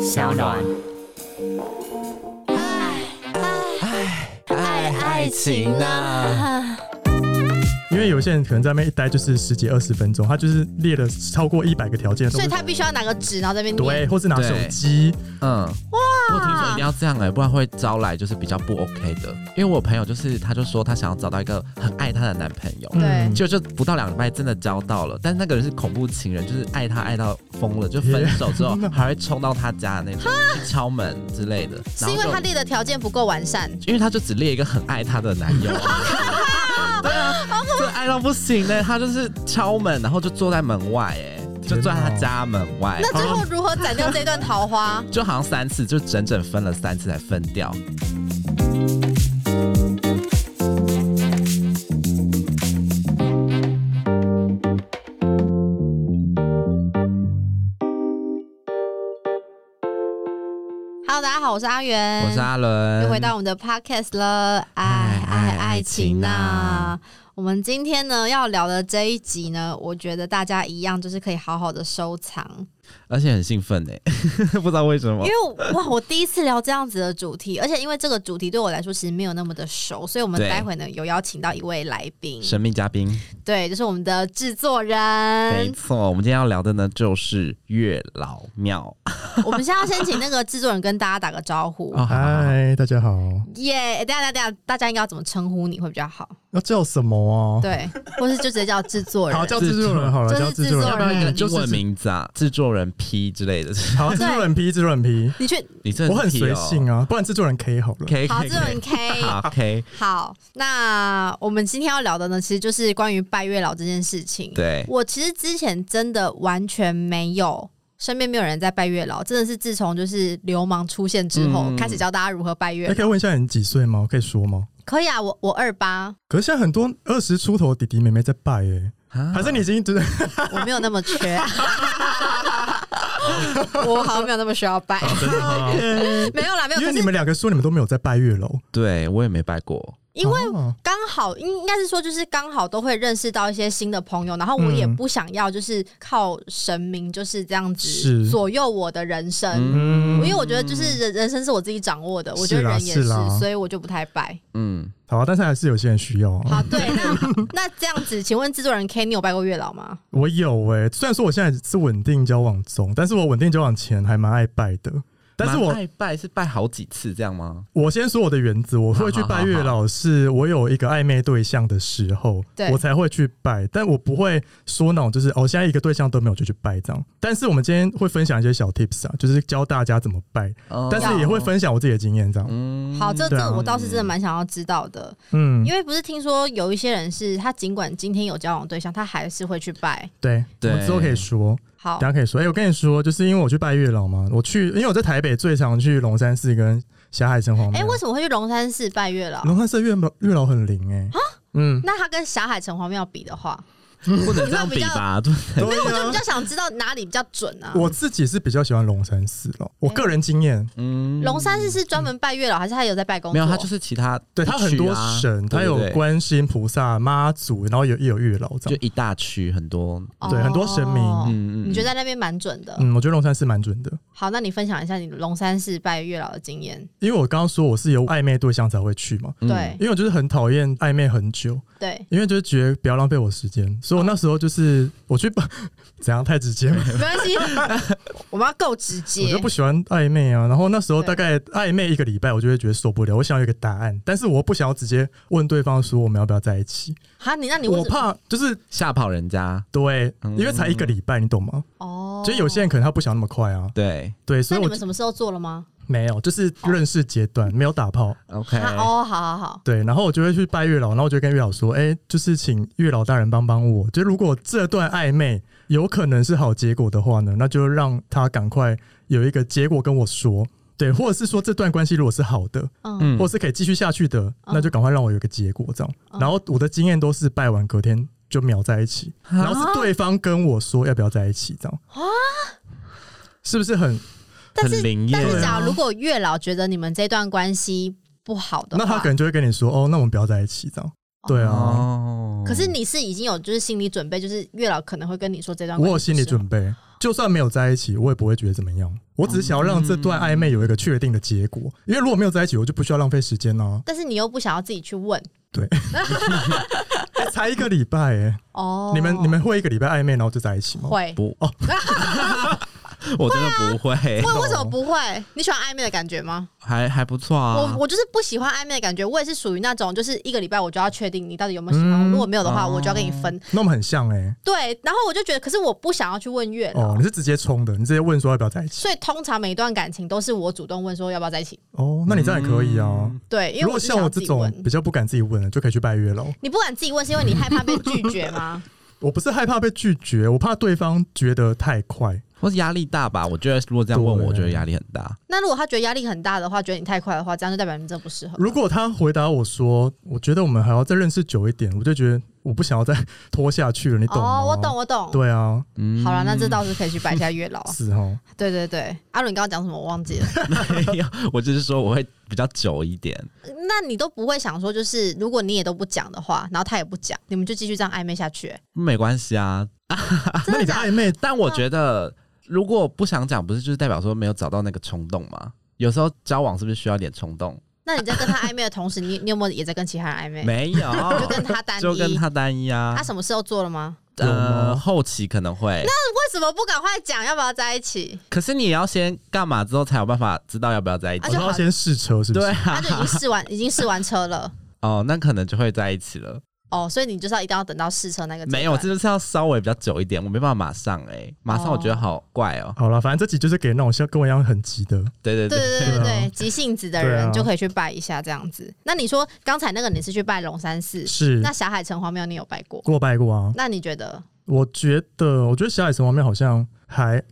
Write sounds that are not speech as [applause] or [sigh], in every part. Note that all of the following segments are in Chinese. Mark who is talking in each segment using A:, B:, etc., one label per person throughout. A: 小暖。
B: 爱爱情啊！
C: 因为有些人可能在那边一待就是十几二十分钟，他就是列了超过一百个条件，
D: 所以他必须要拿个纸，然后在那边
C: 对，
D: 念。
C: 或是拿手
B: 对
C: 机，
B: 嗯，哇！我听说一定要这样哎、不然会招来就是比较不 OK 的。因为我朋友就是，他就说他想要找到一个很爱他的男朋友，
D: 对
B: 结果就不到两礼拜真的交到了，但是那个人是恐怖情人，就是爱他爱到疯了，就分手之后还会冲到他家的那种，去敲门之类的。然
D: 是
B: 后
D: 因为
B: 就
D: 他列的条件不够完善，
B: 因为他就只列一个很爱他的男
D: [laughs]
B: 友。对啊，这爱到不行呢、他就是敲门，然后就坐在门外、哎，就坐在他家门外。
D: 那最后如何斩掉这段桃
B: [laughs]
D: 花？
B: 就好像三次，就整整分了三次才分掉。
D: Hello，大家好，我是阿元，
B: 我是阿伦，
D: 嗯又回到我们的 podcast 了，
B: 爱
D: 爱爱爱
B: 爱
D: 情
B: 情
D: 呐、
B: 啊
D: 我们今天呢要聊的这一集呢，我觉得大家一样就是可以好好的收藏，
B: 而且很兴奋呢、 [laughs] 不知道为什么
D: 因。为我哇，我第一次聊这样子的主题，而且因为这个主题对我来说其实没有那么的熟，所以我们
B: 对
D: 待会呢有邀请到一位来宾，
B: 神秘嘉宾，
D: 对，就是我们的制作
B: 没
D: 人。
B: 错，我们今天要聊的呢就是月老庙。
D: [laughs] 我们现在要先请那个制作人跟大家打个招呼。
B: 哦，好好好
C: 嗨，大家好，
D: 耶、等一下等一下等一下，大家应该要怎么称呼你会比较好？
C: 要叫什么啊？
D: 对，或是就直接叫制作人。
C: 好，叫制作人好了，
D: 这是
C: 叫制作
D: 制
C: 人
D: 作，人
C: 嗯
B: 英
C: 就是
B: 文名字啊，制作人 P 之类的。
C: 好，哦制作人 P，制作人 P，
D: 你去
B: [laughs] 你这
C: 我很随性
B: 啊。
C: 啊，不然制作人 K 好了。
B: 可以
D: 好，
B: 可以
D: 制作人 K。
B: 哎好 K，
D: 好，那我们今天要聊的呢，其实就是关于拜月老这件事情。
B: 对，
D: 我其实之前真的完全没有，身边没有人在拜月老，真的是自从就是流氓出现之后，
B: 嗯
D: 开始教大家如何拜月
C: 哎，
D: 老。
C: 可以问一下你几岁吗？可以说吗？
D: 可以啊，我我二八，
C: 可是现在很多二十出头的弟弟妹妹在拜哎，
B: 啊
C: 还是你已经觉得
D: 我没有那么缺。 [laughs] 我好像没有那么需要拜， [laughs] 没有啦，没有。
C: [laughs] 因
D: 可
C: 为你
D: 是
C: 们两个说你们都没有在拜月老，
B: 对我也没拜过。
D: 因为
C: 哦
D: 刚好应应该是说，就是刚好都会认识到一些新的朋友，然后我也
C: 嗯
D: 不想要就是靠神明就是这样子
C: 是
D: 左右我的人生，
B: 嗯
D: 因为我觉得就是人人生是我自己掌握的，我觉得
C: 是啦
D: 人也是，
C: 是啦
D: 所以我就不太
C: [laughs]
D: 拜。
B: 嗯，
C: 好啊，但是还是有些人需要啊。
D: 好，对，那那这样子，请问制作人 K，你有拜过月老吗？
C: 我有哎、虽然说我现在是稳定交往中，但是我稳定交往前还蛮爱拜的。但是我
B: 拜拜是拜好几次这样吗？
C: 我先说我的原则，我会去拜月老，是我有一个暧昧对象的时候
D: 对，
C: 我才会去拜，但我不会说那种就是哦，现在一个对象都没有就去拜这样。但是我们今天会分享一些小 tips 啊，就是教大家怎么拜，
B: 哦
C: 但是也会分享我自己的经验这样。
B: 嗯
D: 好，这
C: 对
D: 这
C: 啊
D: 我倒是真的蛮想要知道的，
C: 嗯，
D: 因为不是听说有一些人是他尽管今天有交往对象，他还是会去拜。
C: 对，
B: 对
C: 我之后可以说，
D: 好
C: 大，家可以说。哎、我跟你说，就是因为我去拜月老嘛，我去，因为我在台北最常去龙山寺跟霞海城隍
D: 哎、
C: 庙。
D: 为什么会去龙山寺拜月老？
C: 龙山寺月老月老很灵哎、
D: 啊 [laughs]
C: 嗯，
D: 那他跟霞海城隍庙比的话，
B: 不能这样比吧？
D: [laughs]
B: [laughs] 对，
C: 对
B: 嗯
D: 我就
C: 啊
D: 比较想知道哪里比较准啊。
C: 我自己是比较喜欢龙山寺了，我个人经验，
B: 嗯
D: 龙山寺是专门拜月老，还是他有在拜工作？
B: 没有，他就是其他
C: 对它很多
B: 区啊
C: 神，它有
B: 对对对
C: 观世音菩萨、妈祖，然后有也有月老这
B: 就
C: 样，
B: 一大区很多，
D: 哦
C: 对很多神明
B: 嗯嗯，
D: 你觉得在那边蛮准的？
C: 嗯，我觉得龙山寺蛮准的，
D: 好，那你分享一下你龙山寺拜月老的经验。
C: 因为我刚刚说我是有暧昧对象才会去嘛，
B: 嗯
D: 对
C: 因为我就是很讨厌暧昧很久， [laughs]
D: 对，
C: 因为就是觉得不要浪费我时间，所以我那时候就是我去 [laughs] 怎样太直接了，
D: 没关系，我们要够直
C: 我
D: 接
C: 就。不喜欢暧昧啊。然后那时候
D: 对
C: 大概暧昧一个礼拜，我就会觉得受不了，我想要一个答案，但是我又不想要直接问对方说我们要不要在一起，
D: 好，你那你为
C: 我
D: 什么
C: 怕就是
B: 吓跑人家，
C: 对，
B: 嗯
C: 因为才一个礼拜，你懂吗？
D: 哦，
C: 所以有些人可能他不想那么快啊，
B: 对
C: 对，所
D: 那
C: 以
D: 你
C: 我
D: 们什么时候做了吗？
C: 没有，就是认识阶段没有打炮。
B: ，OK，
D: 啊哦，好好好，
C: 对，然后我就会去拜月老，然后我就跟月老说，哎、就是请月老大人帮帮我，就如果这段暧昧有可能是好结果的话呢，那就让他赶快有一个结果跟我说，对，或者是说这段关系如果是好的，
D: 嗯，
B: 嗯
C: 或者是可以继续下去的，
D: 嗯
C: 那就赶快让我有一个结果这样。
D: 嗯
C: 然后我的经验都是拜完隔天就秒在一起，
B: 啊
C: 然后是对方跟我说要不要在一起这样，是不是很
D: 但
B: 很
D: 是
B: 灵验
D: 但是，
C: 对
D: 假
C: 啊
D: 如如果月老觉得你们这段关系不好的话，
C: 那他可能就会跟你说，哦，那我们不要在一起这样。对啊，
B: 哦
D: 可是你是已经有就是心理准备，就是月老可能会跟你说这段
C: 我
D: 关系。
C: 有心理准备，就算没有在一起，我也不会觉得怎么样。我只是想要让这段暧昧有一个确定的结果，因为如果没有在一起，我就不需要浪费时间啊呢、
D: 但是你又不想要自己去问
C: 啊。才一个礼拜哎、
D: 哦。
C: 你们你们会一个礼拜暧昧然后就在一起吗？
D: 会
B: 不哦，我真的不会，
C: 哦
D: 会为啊什么不会？你喜欢暧昧的感觉吗？
B: [laughs] 还还不错
D: 我
B: 啊。
D: 我就是不喜欢暧昧的感觉，我也是属于那种就是一个礼拜我就要确定你到底有没有喜欢我，
C: 嗯
D: 如果没有的话，我就要跟你分。
C: 那我们很像哎、
D: 对，然后我就觉得，可是我不想要去问月老。
C: 哦，你是直接冲的，你直接问说要不要在一起？
D: 所以通常每一段感情都是我主动问说要不要在一起，
C: 哦，那你这样也可以啊。
D: 对，因为
C: 如果
D: 就想
C: 像我
D: 要
C: 这
D: 自己
C: 种
D: 问
C: 比较不敢自己问的，就可以去拜月老。
D: 你不敢自己问，是因为你害怕被拒绝
C: [laughs]
D: 吗？
C: 我不是害怕被拒绝，我怕对方觉得太快。
B: 或是压力大吧？我觉得如果这样问我，
C: 对
B: 我觉得压力很大。
D: 那如果他觉得压力很大的话，觉得你太快的话，这样就代表你们真的不适合。
C: 如果他回答我说：“我觉得我们还要再认识久一点”，我就觉得我不想要再拖下去了。你懂吗？
D: 哦，我懂，。我懂。
C: 对啊，
B: 嗯，
D: 好了，那这倒是可以去摆一下月老。啊
C: 是哦。
D: 对对对，阿伦你刚刚讲什么我忘记了。
B: [laughs] 没有，我只是说我会比较久一点。
D: 那你都不会想说，就是如果你也都不讲的话，然后他也不讲，你们就继续这样暧昧下去、欸
B: 没关系啊，
D: 真
C: 那
D: 的
C: 你的
D: 假的？
C: 暧昧，
B: 但
D: 嗯
B: 我觉得如果不想讲，不是就是代表说没有找到那个冲动吗？有时候交往是不是需要一点冲动？
D: 那你在跟他暧昧的同时，你你有没有也在跟其他人暧昧？
B: 没有，
D: [laughs] 就跟他单一。
B: 就跟他单一啊
D: 他。什么事都做了吗？
C: 有
B: 呃，
C: 吗
B: 后期可能会，
D: 为什么不赶快讲要不要在一起？
B: 可是你也要先干嘛之后才有办法知道要不要在一
D: 那
C: 我
B: 起
D: 就。
C: 都
D: 好
C: 要先试车，是不
B: 对
C: 是？
B: 啊
D: 他，就已经试完，已经试完车了。
B: 哦，那可能就会在一起了。
D: 哦，所以你就是要一定要等到试车那个阶段
B: 没有，这就是要稍微比较久一点，我没办法马上哎、马上我觉得好怪哦。
C: 好了，反正这集就是给那种像跟我一样很急的。
B: 对对对，
D: 对对对对
C: 对
D: 对
C: 啊，
D: 急性子的
C: 对啊
D: 人就可以去拜一下这样子。那你说刚才那个你是去拜龙山寺，
C: 是
D: 那霞海城隍庙你有拜过？
C: 过拜过啊。
D: 那你觉得
C: 我觉得，我觉得小海城隍庙好像还，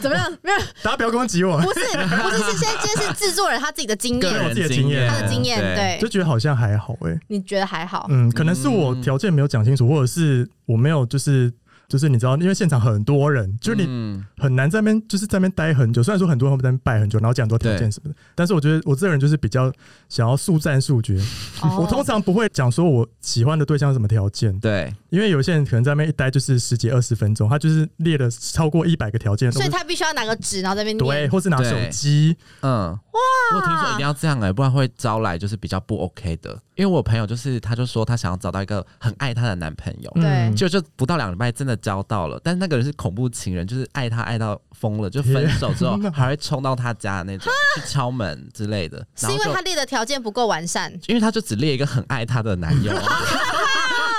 D: 怎么样？没有，
C: 大家不要攻击我，
D: 不是，不是，是现在今天是制作人他自己的经
B: 个
D: 验，
C: 我
B: 人
C: 自己的经验
D: 他的经验，，对
C: 就，觉得好像还好哎、
D: 你觉得还好？
C: 嗯，可能是我条件没有讲清楚，或者是我没有就是就是你知道，因为现场很多人，就是你
B: 嗯
C: 很难在那边就是在那边待很久。虽然说很多人会在那边拜很久，然后讲很多条件什么的，但是我觉得我这个人就是比较想要速战速决。
D: 哦
C: 我通常不会讲说我喜欢的对象是什么条件，
B: 对，
C: 因为有些人可能在那边一待就是十几二十分钟，他就是列了超过一百个条件，
D: 所以他必须要拿个纸，然后在那边
C: 对，
D: 念。
C: 或是拿手机，
B: 嗯，哇！我听说一定要这样哎、不然会招来就是比较不 OK 的。因为我朋友就是，他就说他想要找到一个很爱他的男朋友，
D: 对
C: 嗯
B: 就就不到两个礼拜真的交到了，但是那个人是恐怖情人，就是爱他爱到疯了，就分手
D: [laughs]
B: 之后
C: 天哪
B: 还会冲到他家的那种，去敲门之类
D: [laughs]
B: 的。
D: 是
B: 然后
D: 因为
B: 就
D: 他列的条件不够完善，
B: 因为他就只列一个很爱他的男
D: [laughs]
B: 友、啊。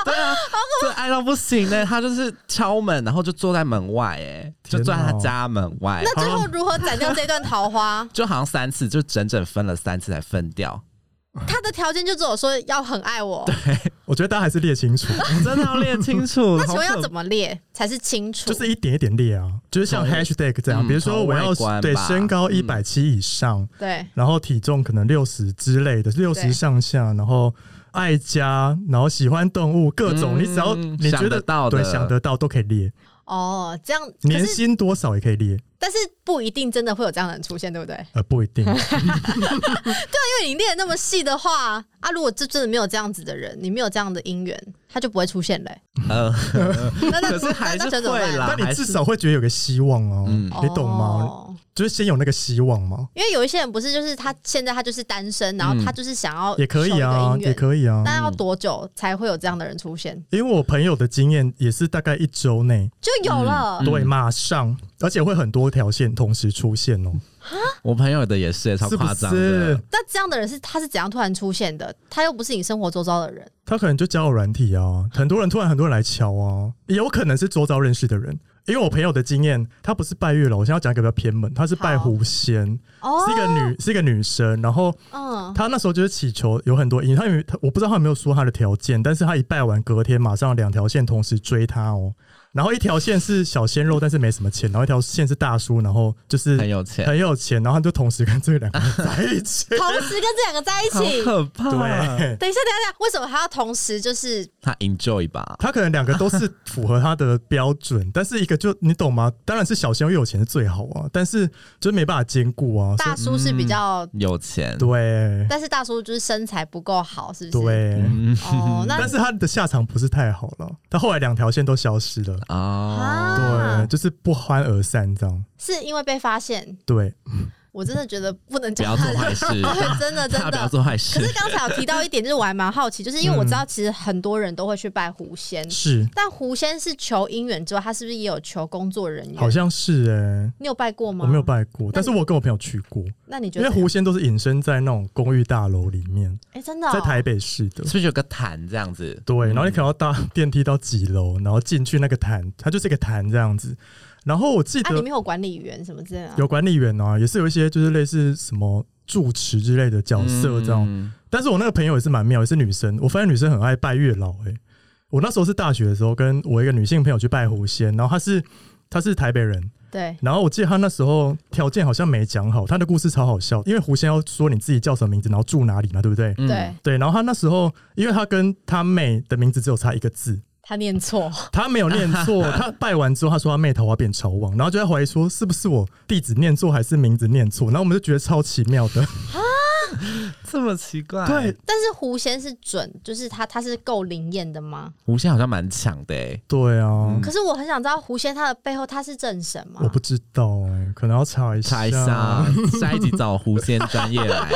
B: 对啊，这爱到不行呢、他就是敲门，然后就坐在门外、哎，就坐在他家门外，？
D: 那最后如何斩掉这段桃花
B: 就好像三次，就整整分了三次才分掉，
D: 他的条件就只有说要很爱我，
C: 我觉得大家还是列清楚， [laughs]
B: 真的要列清
D: [laughs]
B: 楚。
D: 那请问要怎
B: 么？
D: 么列才是清楚？
C: 就是一点一点列啊，就是像
B: 从
C: hashtag 这样，
B: 嗯
C: 比如说我要
B: 从外观
C: 对
B: 吧
C: 身高一
B: 嗯
C: 百七以上。
D: 对，
C: 然后体重可能六十之类的，六十上下，然后爱家，然后喜欢动物，各种、
B: 嗯
C: 你只要你觉
B: 想
C: 得
B: 得到的
C: 对，想得到都可以列，
D: 哦，这样可
C: 年
D: 是
C: 薪多少也可以列，
D: 但是不一定真的会有这样的人出现，对不对？
C: 呃，不一
D: 啊
C: 定，
D: 因为你练得那么细的话，啊，如果这真的没有这样子的人，你没有这样的姻缘，他就不会出现嘞、
B: 呃， [laughs]
D: 那那
B: 可是还
D: 那
B: 是
D: 那怎么
B: 会
D: 办
B: 啦
C: 但你至少会觉得有个希望哦，
B: 嗯
C: 你懂吗？
D: 哦
C: 就是先有那个希望嘛，
D: 因为有一些人不是，就是他现在他就是单身，然后他就是想要
C: 嗯也可以啊，也
D: 以。
C: 可以啊。
D: 那要多久才会有这样的人出现？
C: 因为我朋友的经验也是大概一周内，
D: 就有了，
B: 嗯
C: 对，马上，而且会很多条线同时出现哦，
B: 我朋友的也是、超
C: 是不
B: 夸张的。？
C: 是
D: 那这样的人是他是怎样突然出现的？他又不是你生活周遭的人，
C: 他可能就交友软体啊，很多人突然很多人来敲啊，也有可能是周遭认识的人。因为我朋友的经验，她不是拜月老，我现在要讲一个比较偏门，她是拜
D: 好
C: 狐仙，
D: 哦
C: 是一，个女，是一个女生。然后
D: 嗯，。
C: 她那时候就是祈求有很多因，她因为她我不知道她有没有说她的条件，但是她一拜完隔天马上两条线同时追她哦，然后一条线是小鲜肉，但是没什么钱，然后一条线是大叔，然后就是
B: 很有钱
C: 很有钱，然后她就同时跟这两个人在一起
D: 同时跟这两个在一
B: 好
C: [laughs]
D: 起。
B: 可怕！
C: 对，
D: 等一下，等一下，等一下，为什么还要同时？就是
B: 他 enjoy 吧，
C: 他可能两个都是符合他的标准，但是一个就你懂吗？当然是小鲜肉有钱是最好啊，但是就是没办法兼顾啊。所
D: 大叔是比
C: 嗯
D: 较，
B: 有钱
C: 以，对
D: 但是大叔就是身材不够好，是不是？
C: 对，
B: 嗯，
D: 哦，那
C: [laughs] 但是他的下场不是太好了，他后来两条线都消失了。
D: 啊
B: 哦，
C: 对，，就是不欢而散这样。
D: 是因为被发现，
C: 对，
D: 我真的觉得不能
B: 不
D: 讲
B: 要
D: 他
B: 做
D: 的
B: 坏事，
D: 对， [laughs] 真
C: [laughs]
D: 的真
B: 大家不要
D: 的。
B: 做坏
D: 可
B: 事
D: 是。刚才有提到一点，就是我还蛮好奇，就是因为我知
C: 嗯
D: 道其实很多人都会去拜狐仙，
C: 是，
D: 但狐仙是求姻缘之外，他是不是也有求工作人员？
C: 好像是哎、
D: 你有拜过吗？
C: 我没有。拜过，但是我跟我朋友去过，
D: 那你觉
C: 因
D: 得
C: 为
D: 怎样？
C: 狐仙都是隐身在那种公寓大楼里面，
D: 哎，真的哦
C: 在台北市的
B: 是。不是有个坛这样子？
C: 对，然后你可能要搭 [laughs] 电梯到几楼，然后进去那个坛，它就是一个坛这样子。然后我记
D: 啊，里
C: 得
D: 面有管理员什么之类的。
C: 有管理员啊，也是有一些就是类似什么住持之类的角色这样。
B: 嗯
C: 但是我那个朋友也是蛮妙，也是女生，我发现女生很爱拜月老、欸。我那时候是大学的时候，跟我一个女性朋友去拜狐仙，然后她是她是台北人，
D: 对，
C: 然后我记得他那时候条件好像没讲好，他的故事超好笑，因为狐仙要说你自己叫什么名字，然后住哪里嘛，对不对？
B: 嗯
D: 对
C: 对，然后他那时候，因为他跟他妹的名字只有差一个字，
D: 他念错， [laughs]
C: 他没有念
B: [laughs]
C: 错。他拜完之后，他说他妹桃花变超旺，然后就在怀疑说是不是我地址念错还是名字念错，然后我们就觉得超奇妙
B: [laughs]
C: 的。
B: 这么奇怪？
C: 对，
D: 但是狐仙是准，就是他他是够灵验的吗？
B: 狐仙好像蛮强的欸
C: 对啊，
D: 可是我很想知道狐仙他的背后他是正神吗？
C: 我不知道哎、可能要查一下。
B: 查一
C: 啊
B: 下，下一集找狐仙专业来。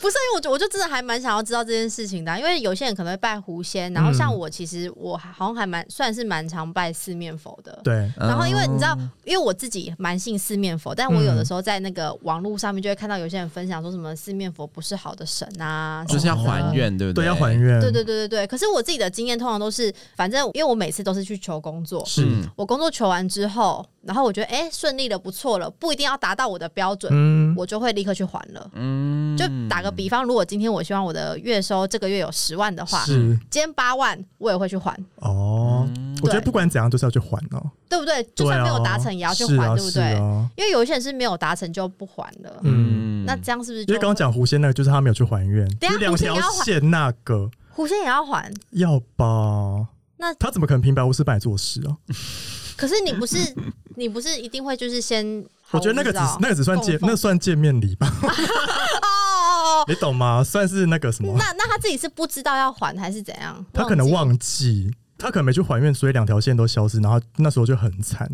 D: 不是，因为我就我就真的还蛮想要知道这件事情的啊、因为有些人可能会拜狐仙，
C: 嗯
D: 然后像我，其实我还好像还蛮算是蛮常拜四面佛的。
C: 对，
D: [laughs] 然后因
B: 嗯
D: 为你知道，
C: 哦
D: 因为我自己蛮信四面佛，但我有的
C: 嗯
D: 时候在那个网络上面就会看到有些人分享说什么四面佛不是好的神啊，
B: 嗯，
C: 哦
B: 就是要
D: 什么的
B: 还。愿，对不
C: 对，要还
B: 愿。
C: 愿。
D: 对对对对对，可是我自己的经验通常都是，反正因为我每次都是去求工作，
C: 是，
B: 嗯
D: 我工作求完之后，然后我觉得哎顺、利了不错了，不一定要达到我的标准，
C: 嗯，
D: 我就会立刻去还了。
B: 嗯
D: 就打个比方，如果今天我希望我的月收这个月有十万的话，
C: 是
D: 今天八万我也会去还，
C: 哦。
B: 嗯
C: 我觉得不管怎样都是要去还哦、
D: 对不对？就算没有达成也要去还，
C: 对啊
D: 对不对？
C: 是啊
D: 因为有一些人是没有达成就不还了，
C: 嗯，
B: 嗯
D: 那这样是不是就？
C: 因为刚刚讲狐仙那个，就是他没有去还愿，
D: 等一下
C: 有两条线那个
D: 狐仙也要还，
C: 要吧？
D: 那
C: 他怎么可能平白无事帮你做事啊？
D: 可是你不是你不是一定会就是先？好
C: 我觉得那个只
D: 不知道
C: 那个只算见
D: 供
C: 那
D: 奉
C: 算见面礼
D: [laughs]
C: 吧，
D: 哦哦哦
C: 你懂吗？算是那个什么，
D: 那那他自己是不知道要还还是怎样？
C: 他可能
D: 记。
C: 忘记，他可能没去还愿，所以两条线都消失，然后那时候就很惨，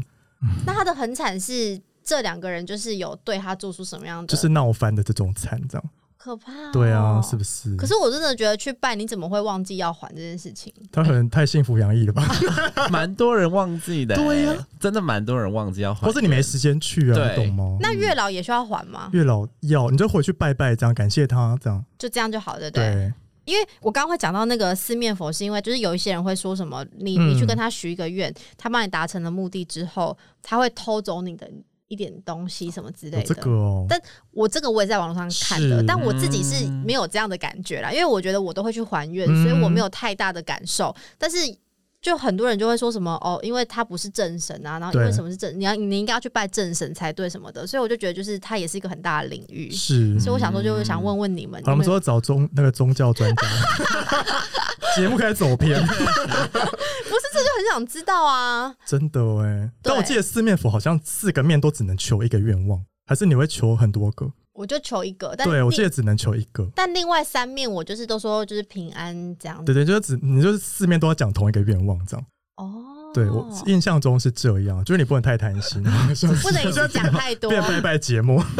D: 那他的很惨是这两个人就是有对他做出什么样的？
C: 就是闹翻的这种惨，这样
D: 可怕哦、
C: 对啊，是不是？
D: 可是我真的觉得去拜，你怎么会忘记要还这件事情？
C: 他可能太幸福洋溢了吧，
B: [laughs]
D: 哎
B: 蛮多人忘记的欸，
C: 对呀
B: 真的蛮多人忘记要还
C: 或
B: 愿。
C: 是你没时间去啊，
B: 对
C: 你懂吗？
D: 那月老也需要还吗？
C: 月老要你就回去拜拜，这样感谢他，这样
D: 就这样就好，对不对？
C: 对，
D: 因为我刚刚会讲到那个四面佛，是因为就是有一些人会说什么，你
C: 嗯
D: 你去跟他许一个愿，他帮你达成了目的之后，他会偷走你的一点东西什么之
C: 有
D: 类
C: 这
D: 的。
C: 个哦，
D: 但我这个我也在网络上看的
C: 是，
D: 但我自己是没有这样的感觉啦，因为我觉得我都会去还愿，
C: 嗯
D: 所以我没有太大的感受。但是就很多人就会说什么哦，因为他不是正神啊，然后因为
C: 对
D: 什么是正，你要你应该要去拜正神才对什么的，所以我就觉得就是它也是一个很大的领域。
C: 是
D: 所以我想说，就是想问问你们，
C: 好，我们
D: 你
C: 说
D: 们
C: 找宗那个宗教专
D: [laughs]
C: 家，节目开始走偏，
D: 不是这就很想知道啊？
C: 真的哎、但我记得四面佛好像四个面都只能求一个愿望，还是你会求很多个？
D: 我就求一个，但
C: 对，我
D: 另
C: 记得只能求一个。
D: 但另外三面我就是都说就是平安这样
C: 对
D: 子
C: 对，就是只你就是四面都要讲同一个愿望这样。
D: 哦。
C: 对我印象中是这样，就是你不能太贪心， [laughs] 不
D: [laughs] 不能一直讲太多，
C: 变拜拜节目。
D: [laughs]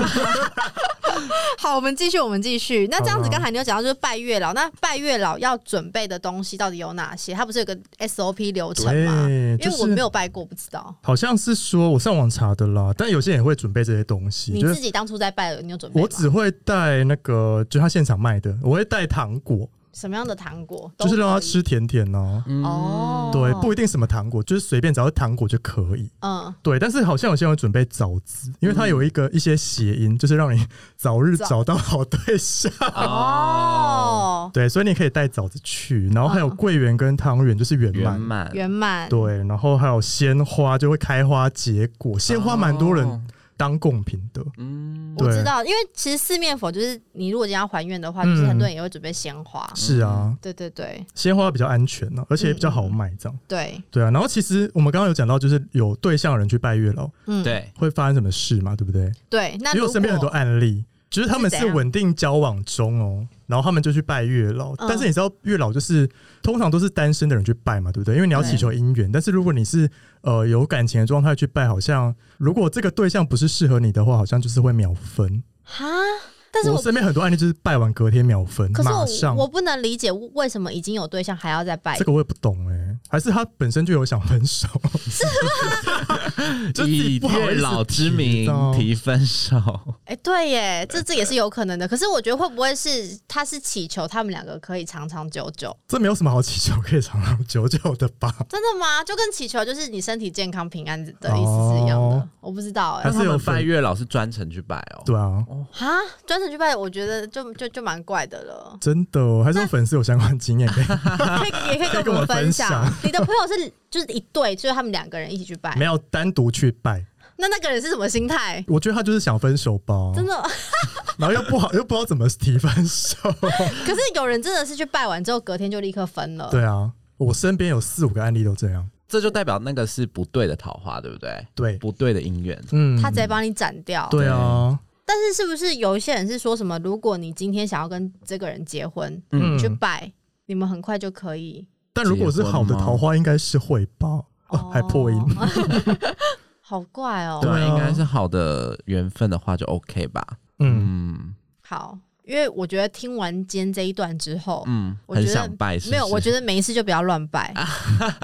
D: 好，我们继续，我们继续。那这样子，
C: 好啊
D: 刚才你有讲到就是拜月老，那拜月老要准备的东西到底有哪些？它不是有个 SOP 流程吗？
C: 对，
D: 因
C: 就
D: 为我没
C: 是
D: 有拜过，不知道。
C: 好像是说我上网查的啦，但有些人也会准备这些东西，
D: 你
C: 就
D: 自
C: 是
D: 己当初在拜，你有准备吗
C: 我？只会带那个，就他现场卖的，我会带糖果，
D: 什么样的糖果？
C: 就是让他
D: 都哦可以
C: 吃甜甜呢、
B: 嗯
D: 哦。
C: 对，不一定什么糖果，就是随便只要是糖果就可以。
D: 嗯，
C: 对，但是好像有些人准备枣子，因为它有一个一些谐音，就是让你早日
D: 枣
C: 找到好对象。
B: 哦，
D: 哦，
C: 对，所以你可以带枣子去，然后还有
D: 嗯
C: 桂圆跟汤圆，就是圆
B: 圆
C: 满。
B: 满
D: 圆满。
C: 对，然后还有鲜花就会开花结果，鲜花蛮多
B: 哦
C: 人当贡品的。
B: 嗯
D: 我
C: 对嗯
D: 知道，因为其实四面佛就是你如果今天要还愿的话，就是很多人也会准备鲜花。
C: 是啊，
D: 对对对
C: 鲜花比较安全啊呢、而且也比较好卖这样。
D: 对，
C: 对啊，然后其实我们刚刚有讲到，就是有对象的人去拜月老
D: 嗯
B: 对，
C: 会发生什么事嘛，对不对？
D: 对。那
C: 因为
D: 如
C: 我
D: 果
C: 身边很多案例，就是他们
D: 是
C: 是
D: 怎样
C: 稳定交往中哦，然后他们就去拜月老，
D: 嗯
C: 但是你知道月老就是通常都是单身的人去拜嘛，对不对？因为你要祈求姻缘，但是如果你是呃有感情的状态去拜，好像如果这个对象不是适合你的话，好像就是会秒分。
D: 哈，但是
C: 我
D: 我
C: 身边很多案例就是拜完隔天秒分，
D: 可
C: 马
D: 是
C: 上
D: 我我不能理解为什么已经有对象还要再拜
C: 这，个我也不懂哎、还是他本身就有想分手， [laughs] 就自己
B: 以
C: 不好意思
B: 月老之名
C: 提
B: 提分手，
D: 哎、对耶，这这也是有可能的。可是我觉得会不会是他是祈求他们两个可以长长久久？
C: 这没有什么好祈求可以长长久久的吧？
D: 真的吗？就跟祈求就是你身体健康平安的意思是一样的。
C: 哦
D: 我不知道哎、
C: 还
B: 但
C: 是
B: 是
C: 有
B: 他们
C: 分
B: 拜月老是专程去拜哦。
C: 对啊，。
D: 啊，专程去拜，我觉得就就就蛮怪的了
C: [laughs] 真的、哦，还是有粉丝有相关经
D: [laughs]
C: 验可以，
D: 可以也可以跟我们分享，你的朋友是就是一对，就是他们两个人一起去拜
C: 没有哦单独去拜。
D: 那那个人是什么心态？
C: 我觉得他就是想分手吧，
D: 真的，
C: 然后又不好，又不知道怎么提分
D: [laughs]
C: 手。
D: 可是有人真的是去拜完之后，隔天就立刻分了。
C: 对啊，我身边有四五个案例都这样。
B: 这就代表那个是不对的桃花，对不对？
C: 对，
B: 不对的姻缘，
C: 嗯
D: 他直接帮你斩掉。
C: 对啊，
D: 但是是不是有一些人是说什么？如果你今天想要跟这个人结婚，
C: 嗯
D: 你去拜，你们很快就可以。
C: 但如果是好的桃花，应该是会吧？哦，还破音。
D: 哦 [laughs] 好怪哦、
B: 对
C: 对啊
B: 啊，应该是好的缘分的话就 OK 吧。
C: 嗯，
B: 嗯
D: 好，因为我觉得听完今天这一段之后，
B: 嗯，
D: 我觉
B: 很
D: 得
B: 想拜是不是，
D: 没有，我觉得没事就不要乱拜。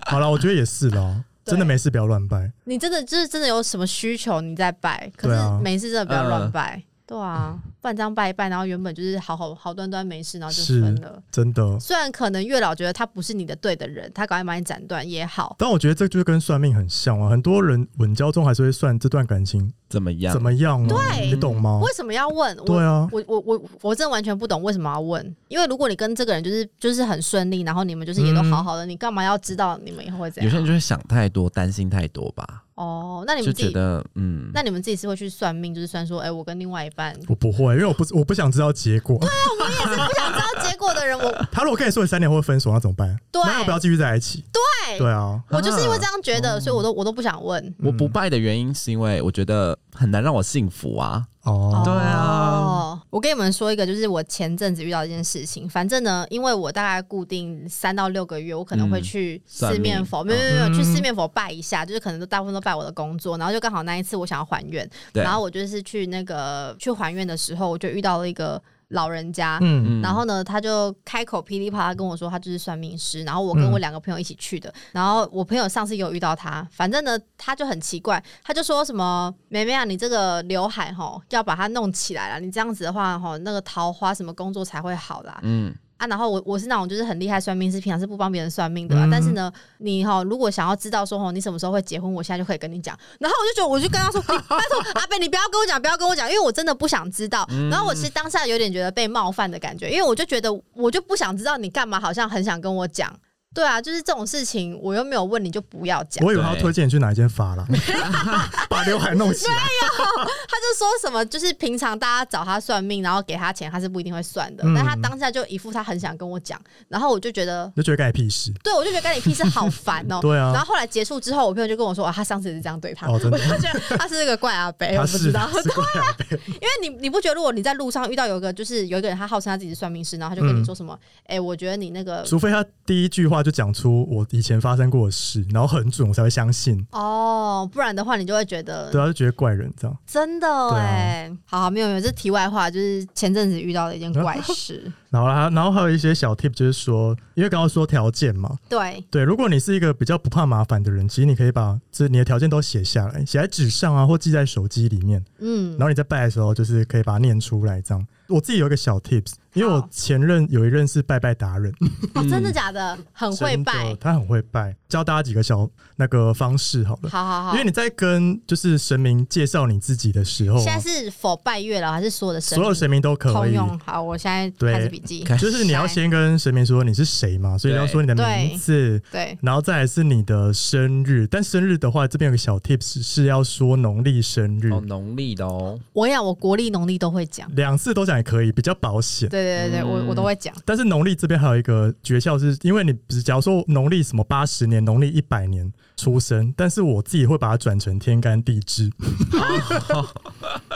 C: 好了，我觉得也是啦，
D: [laughs] 对
C: 真的没事，不要乱拜。
D: 你真的就是真的有什么需求你再拜，可
C: 对啊
D: 是没事真的不要乱拜。对啊，不然这样拜一拜，然后原本就是好好好端端没事，然后就是分了。
C: 真的。
D: 虽然可能月老觉得他不是你的对的人，他赶快把你斩断也好，
C: 但我觉得这就跟算命很像啊，很多人稳交中还是会算这段感情
B: 怎么样？
C: 怎么样啊，
D: 对
C: 你懂吗？
D: 为什么要问？我
C: 对啊，
D: 我我我我真的完全不懂为什么要问，因为如果你跟这个人就是就是很顺利，然后你们就是也都好好的，你干嘛要知道你们以后会怎
B: 有些人
D: 样？
B: 就会想太多，担心太多吧，
D: 哦，那你
B: 就
D: 们自
B: 觉
D: 己，
B: 得嗯，
D: 那你们自己是会去算命，就是算说，哎、我跟另外一半， [laughs]
C: 我不会，因为我不我不想知道结果。
D: 啊不想知道结果的人，我
C: 他如果跟你说你三年后会分手，那怎么办？
D: 对
C: 那要不要继续在一起？
D: 对
C: 对啊，
D: 我就是因为这样觉得，所以我都我都不想问。
B: 我
C: 嗯
B: 不拜的原因是因为我觉得很难让我幸福啊。
C: 哦，
B: 对啊
D: 哦，我跟你们说一个，就是我前阵子遇到一件事情。反正呢，因为我大概固定三到六个月，我可能会
B: 嗯
D: 去
B: 算
D: 四面
B: 命
D: 佛，没有没有没有
C: 嗯
D: 去四面佛拜一下，就是可能都大部分都拜我的工作，然后就刚好那一次我想要还愿，
B: 对
D: 然后我就是去那个去还愿的时候，我就遇到了一个老人家。
C: 嗯，
B: 嗯
D: 然后呢，他就开口噼里啪啦跟我说，他就是算命师。然后我跟我两个朋友一起去的。然后我朋友上次有遇到他，反正呢，他就很奇怪，他就说什么：“妹妹啊，你这个刘海吼要把它弄起来了，你这样子的话吼，那个桃花什么工作才会好啦。”
B: 嗯，
D: 啊，然后我我是那种就是很厉害算命师，平常是不帮别人算命的、啊。
C: 嗯
D: 但是呢，你哈、如果想要知道说哦你什么时候会结婚，我现在就可以跟你讲。然后我就觉得我就跟他说，你拜托阿贝，你不要跟我讲，不要跟我讲，因为我真的不想知道。
C: 嗯
D: 然后我其实当下有点觉得被冒犯的感觉，因为我就觉得我就不想知道你干嘛，好像很想跟我讲。对啊，就是这种事情，我又没有问你就不要讲。
C: 我以为他要推荐你去哪一间发廊， [laughs] 把刘海弄起来。
D: 他就说什么，就是平常大家找他算命，然后给他钱，他是不一定会算的。
C: 嗯
D: 但他当下就一副他很想跟我讲，然后我就觉得
C: 你就觉得干你屁事？
D: 对，我就觉得干你屁事好烦哦、
C: [laughs] 对啊
D: 然后后来结束之后，我朋友就跟我说，哇，他上次也是这样对他，
C: 哦真的
D: 我就觉 [laughs] 得他是个怪阿伯，哎我
C: 他
D: 不
C: 是
D: 知道。啊
C: 是怪阿贝，
D: 因为你你不觉得，如果你在路上遇到有一个就是有一个人，他号称他自己是算命师，然后他就跟你说什么，
C: 嗯
D: 哎、我觉得你那个
C: 除非他第一句话就讲出我以前发生过的事，然后很准，我才会相信。
D: 哦，不然的话你就会觉得
C: 对啊，就啊觉得怪人这样。
D: 真的哎、好好，没有没有，这题外话，就是前阵子遇到的一件怪
C: [laughs]
D: 事，
C: 然后啦，然后还有一些小 tip，就是说，因为刚刚说条件嘛，
D: 对。
C: 对，如果你是一个比较不怕麻烦的人，其实你可以把这你的条件都写下来，写在纸上啊，或记在手机里面。
D: 嗯
C: 然，后你在拜的时候，就是可以把它念出来这样。我自己有一个小 tips，因为我
D: 好
C: 前任有一任是拜拜达人，
D: 哦，真的假的？很会
C: 真的
D: 拜，
C: 他很会拜。教大家几个小那个方式好了，
D: 好好好。
C: 因为你在跟就是神明介绍你自己的时候
D: 现
C: 啊、
D: 在是否拜月老，还是所有的神
C: 所有神明都可
D: 通
C: 以。
D: 用？好，我现在
C: 对
D: 开始笔记。
C: 就是你要先跟神明说你是谁嘛，所以要说你的
D: 对
C: 名字，
D: 对，
C: 然后再来是你的生日。但生日的话，这边有个小 tips 是要说农历生日，
B: 哦，农历的哦，
D: 我跟你讲，我国历、农历都会讲。
C: 两次都讲也可以，比较保险。
D: 对对对对，
C: 嗯
D: 我我都会讲。
C: 但是农历这边还有一个诀窍是，因为你只假如说农历什么八十年、农历一百年出生，但是我自己会把它转成天干地支，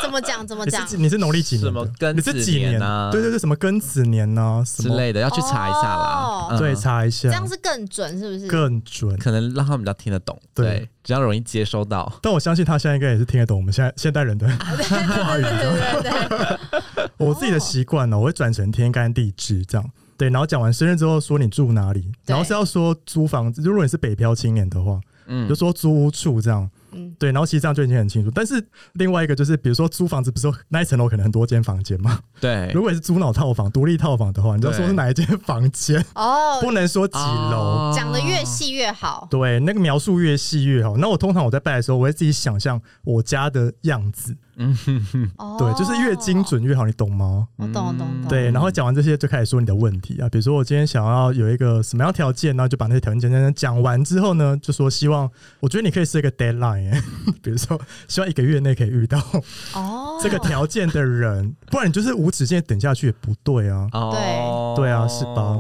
D: 怎么讲怎么
C: 你
D: 讲
C: 是，你是农历几年的？
B: 什么庚
C: 你是几
B: 子年
C: 年
B: 啊
C: 对对对，什么庚子年呢？什
B: 之
C: 么？
B: 类的，要去查一下啦
D: 哦。
B: 嗯
C: 对，查一下，
D: 这样是更准是不是？
C: 更准。
B: 可能让他们比较听得懂，
C: 对
B: 对，比较容易接收到。
C: 但我相信他现在应该也是听得懂我们现在现代人的
D: 对对对对对对，哦
C: 我自己的习惯哦呢，我会转成天干地支这样。对，然后讲完生日之后说你住哪里，然后是要说租房子，如果你是北漂青年的话，
B: 嗯
C: 就，说租屋处这样。
D: 嗯，
C: 对，然后其实这样就已经很清楚。但是另外一个就是，比如说租房子，不是说那一层楼可能很多间房间嘛？
B: 对
C: 如，果你是租脑套房、独立套房的话，你就要说是哪一间房间，
D: 哦，
C: [laughs] 不能说几楼。
B: 哦
D: 讲的越细越好。
C: 对，那个描述越细越好。那我通常我在拜的时候，我会自己想象我家的样子，
D: 哦，
C: 对，就是越精。准越好，你懂吗？
D: 我懂懂懂。
C: 对，然后讲完这些就开始说你的问题啊，比如说我今天想要有一个什么样条件，然后就把那些条件简单单讲完之后呢，就说希望，我觉得你可以设一个 deadline，、欸、 [laughs] 比如说希望一个月内可以遇到
D: 哦，
C: 这个条件的人，不然你就是无止境地等下去也不对啊，
B: 哦
C: 对对啊是吧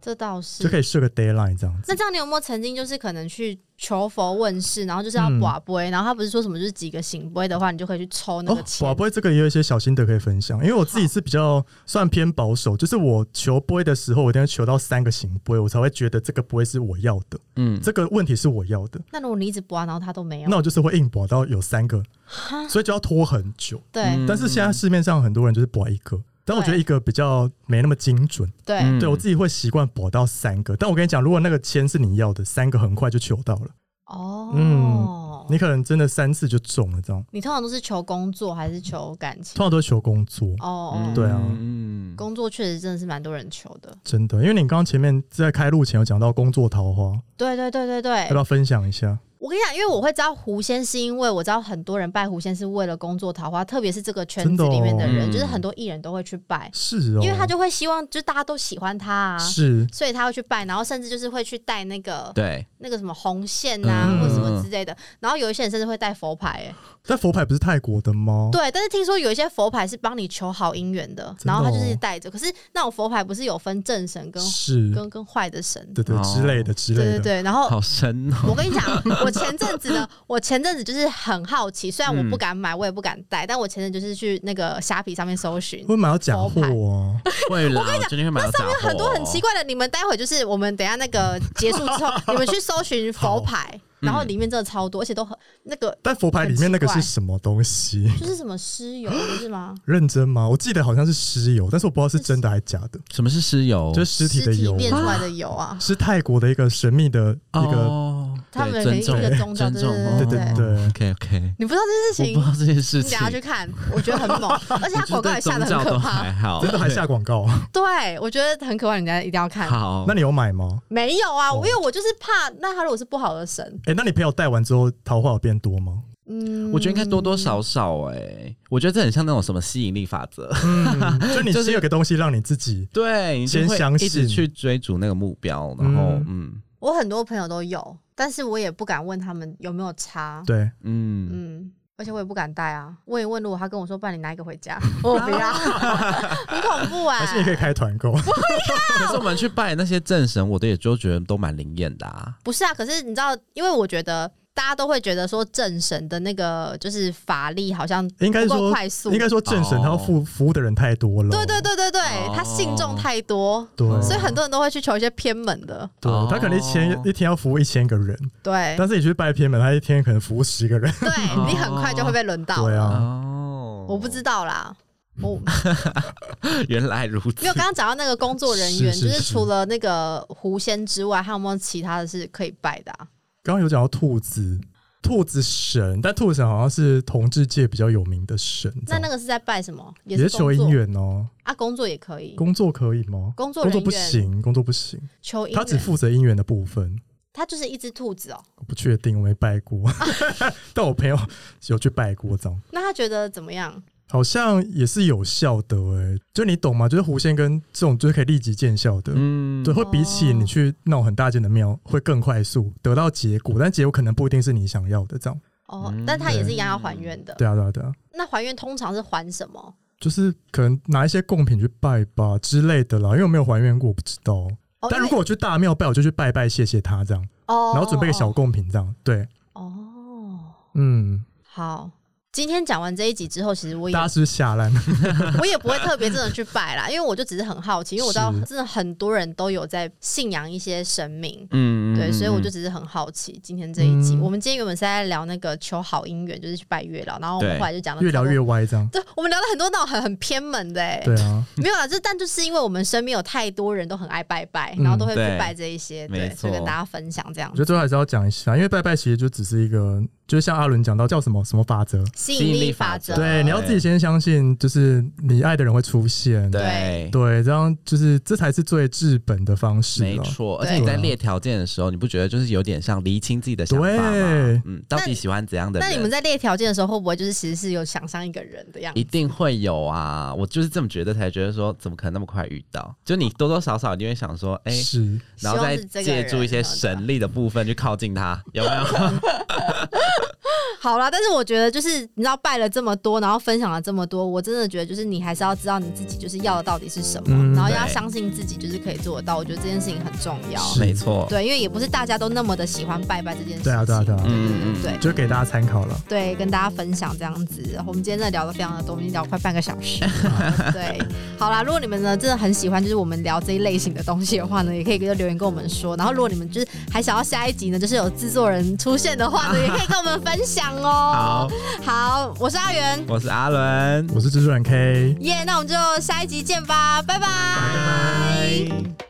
D: 这倒是
C: 就可以设个 deadline 这样子。
D: 那这样，你有没有曾经就是可能去求佛问世，然后就是
C: 嗯
D: 要寡杯，然后他不是说什么就是几个醒杯的话，你就可以去抽那
C: 哦
D: 个，钱
C: 宝。贝，这个也有一些小心得可以分享，因为我自己是比较算偏保守，就是我求杯的时候，我一定要求到三个行杯，我才会觉得这个杯是我要的，
B: 嗯，
C: 这个问题是我要的。
D: 那如果你一直刮，然后他都没有，
C: 那我就是会硬保到有三个，所以就要拖很久。
D: 对、
B: 嗯
C: 但是现在市面上很多人就是保一个，但我觉得一个比较没那么精准。
D: 对、
B: 嗯
C: 对我自己会习惯保到三个，但我跟你讲，如果那个签是你要的，三个很快就求到了，
D: 哦，
C: 嗯
D: 你
C: 你可能真的三次就中了，这样。
D: 通常都是求工作还是求感情？
C: 通常都是求工作，
D: 哦，
B: 嗯
C: 对啊
B: 嗯，
D: 工作确实真的是蛮多人求的。
C: 真的，因为你刚刚前面在开录前有讲到工作桃花，
D: 对对对对对
C: 要不，要分享一下？
D: 我跟你讲，因为我会知道狐仙，是因为我知道很多人拜狐仙是为了工作桃花，特别是这个圈子里面的人，
B: 真的哦
D: 就是很多艺人都会去拜，
C: 是哦，
D: 因为他就会希望就大家都喜欢他啊。
C: 是
D: 所以他会去拜，然后甚至就是会去带那个
B: 对，
D: 那个什么红线呐、啊，
B: 嗯
D: 或者什么之类的。然后有一些人甚至会带佛牌、哎，
C: 但佛牌不是泰国的吗？
D: 对。但是听说有一些佛牌是帮你求好姻缘的，
C: 真的
D: 然后他就
C: 哦
D: 是带着。可是那种佛牌不是有分正神跟
C: 是，
D: 跟跟坏的神？
C: 对对
B: 哦
C: 之类的之类
D: 对
C: 的，
D: 对对。然后
B: 好深哦，
D: 我跟你讲，我前阵子呢，我前阵子就是很好奇，虽然我不
B: 嗯
D: 敢买，我也不敢带，但我前阵子就是去那个虾皮上面搜寻。
C: 会买到假货哦，
B: 会啦，我最近会买到假货，
D: 很多很
B: 哦
D: 奇怪的，你们待会就是我们等一下那个结束之后，
B: [laughs]
D: 你们去搜寻佛牌，然
B: 嗯
D: 后里面真的超多，而且都很那个
C: 但佛牌里面那个是
D: 很奇怪
C: 什么东西？
D: 就是什么尸油不是吗？
C: 认真吗？我记得好像是尸油，但是我不知道是真的还是假的，
B: 什么是尸油？
C: 就是尸体的油
D: 炼出来的油啊，
C: 是泰国的一个神秘的一个，
B: 哦
D: 他们
B: 对
D: 可以
B: 尊重
D: 一个宗教
B: 尊重，
D: 对
C: 对对对对
B: 哦，OK OK，
D: 你不知道这件事
B: 我
D: 情
B: 不知，道这件事
D: 你
B: 情
D: 等下，去看，我觉得很
B: [laughs]
D: 猛，而且他广告也下的很可怕
B: 还，好，
C: 真的还下广告。
B: 哦
D: 对我觉得很可怕，人家一定要看。
B: 好，
C: 那你有买吗？
D: 没有啊，
C: 哦
D: 因为我就是怕，那他如果是不好的神，
C: 哎，那你朋友戴完之后桃花有变多吗？
D: 嗯，
B: 我觉得应该多多少少哎，我觉得这很像那种什么吸引力法则，
C: 嗯， [laughs] 就你
B: 就是
C: 先有个东西让你自己，
B: 对，你就
C: 先
B: 会
C: 相
B: 一直
C: 信
B: 去追逐那个目标，然后嗯
D: 我很多朋友都有，但是我也不敢问他们有没有差。
C: 对，
B: 嗯，
D: 嗯，而且我也不敢带啊。问一问，如果他跟我说“爸，你拿一个回家”，我不要，很恐怖啊
C: 还。是你可以开团购，
B: 可是我们去拜那些正神，我的也就觉得都蛮灵验的啊，
D: 不是啊，可是你知道，因为我觉得大家都会觉得说正神的那个就是法力好像
C: 应该
D: 不够
C: 说
D: 快速，
C: 应该说正神
B: 哦
C: 他要服服务的人太多了，
D: 对对对对对，
B: 哦
D: 他信众太多，
C: 对
D: 所以很多人都会去求一些偏门的。
C: 对
B: 哦，
C: 他可能一千一天要服务一千个人，
D: 对
C: 但是你去拜偏门，他一天可能服务十个人，
D: 对，你很快就会被轮到。
C: 对啊，
B: 哦，
D: 我不知道啦。我
B: [laughs] 原来如此
D: 没有，刚刚讲到那个工作人员，
C: 是是
D: 就是
C: 是
D: 除了那个狐仙之外，还有没有其他的是可以拜的、啊？
C: 刚刚有讲到兔子，兔子神，但兔子神好像是同志界比较有名的神。
D: 那那
C: 个
D: 个是在拜什么？也
C: 也
D: 是
C: 是
D: 工作
C: 求姻缘哦，
D: 啊，工作也可以，
C: 工作可以吗？
D: 工作
C: 工
D: 人
C: 作
D: 员
C: 不行，工作不行，
D: 求姻缘。
C: 他只负责姻缘的部分。
D: 他就是一只兔子哦。
C: 我不确定，我没
D: [laughs]
C: 拜过， [laughs] 但我朋友有去拜过，这样
D: 那他觉得怎么样？
C: 好像也是有效的诶、就你懂吗？就是狐仙跟这种就是可以立即见效的。
B: 嗯
C: 对，会比起
D: 哦
C: 你去那种很大间的庙，会更快速得到结果，但结果可能不一定是你想要的。这样，
D: 哦，
B: 嗯
D: 但他也是一样要还愿的。
C: 对啊，对啊，对啊。
D: 那还愿通常是还什么？
C: 就是可能拿一些贡品去拜吧之类的啦，因为我没有还原过，我不知道。
D: 哦
C: 但如
D: 因为
C: 果我去大庙拜，我就去拜拜谢谢他这样，
D: 哦，
C: 然后准备个小
D: 哦
C: 贡品这样。对，
D: 哦，
C: 嗯，
D: 好。今天讲完这一集之后，其实我也
C: 大家是不是下烂？
D: [laughs] 我也不会特别真的去拜啦，因为我就只是很好奇，因为我知道
C: 是
D: 真的很多人都有在信仰一些神明。
B: 嗯，
D: 对，所以我就
B: 嗯
D: 只是很好奇今天这一集。
C: 嗯
D: 我们今天原本是在聊那个求好姻缘，就是去拜月老，然后我们
B: 对
D: 后来就讲到
C: 越聊越歪
D: [laughs]
C: 这样。
D: 对，我们聊了很多那种很很偏门的、欸，
C: 对啊，
D: 没有啦，这但就是因为我们身边有太多人都很爱拜拜，
C: 嗯
D: 然后都会去
B: 对
D: 拜这一些，
B: 没
D: 对，所以跟
B: 错
D: 大家分享这样
C: 我觉得
D: 子。
C: 最后还是要讲一下，因为拜拜其实就只是一个，就是像阿伦讲到叫什么什么法则，
D: 吸
B: 吸
D: 引
B: 引
D: 力
B: 力法
D: 法
B: 则
D: 则，
C: 对，你要自己先相信，就是你爱的人会出现，
B: 嗯对。
C: 对，这样就是这才是最治本的方式
B: 没
C: 了。
B: 错，而
D: 对
B: 且你在列条件的时候，你不觉得就是有点像厘清自己的想法
C: 对
B: 吗？嗯，到底喜欢怎样的人？
D: 那你们在列条件的时候，会不会就是其实是有想象一个人的样子
B: 一？定会有啊！我就是这么觉得，才觉得说怎么可能那么快遇到？就你多多少少你会想说，哎、
C: 是，
B: 然后再
D: 希望是这个
B: 借助一些
D: 人什么的
B: 神力的部分去靠近他，有没有？
D: 好啦，但是我觉得就是你知道拜了这么多，然后分享了这么多，我真的觉得就是你还是要知道你自己就是要的到底是什么，
C: 嗯
D: 然后要
B: 对
D: 相信自己就是可以做得到。我觉得这件事情很重要，
C: 是
B: 没错，
D: [laughs] 对，因为也不是大家都那么的喜欢拜拜这件事情。
C: 对啊，对啊，对啊，
B: 嗯嗯嗯
D: 对
C: 就给大家参考了。
D: 对，跟大家分享这样子。我们今天真的聊得非常的多，我们已经聊快半个小时。
C: [laughs]
D: 对，好啦，如果你们呢真的很喜欢，就是我们聊这一类型的东西的话呢，也可以就留言跟我们说。然后如果你们就是还想要下一集呢，就是有制作人出现的话呢，也可以跟我们分享哦
B: 好。，
D: 好，我是阿元，
B: 我是阿伦，
C: 我是蜘蛛人 K。
D: 耶那我们就下一集见吧，拜拜
B: 拜。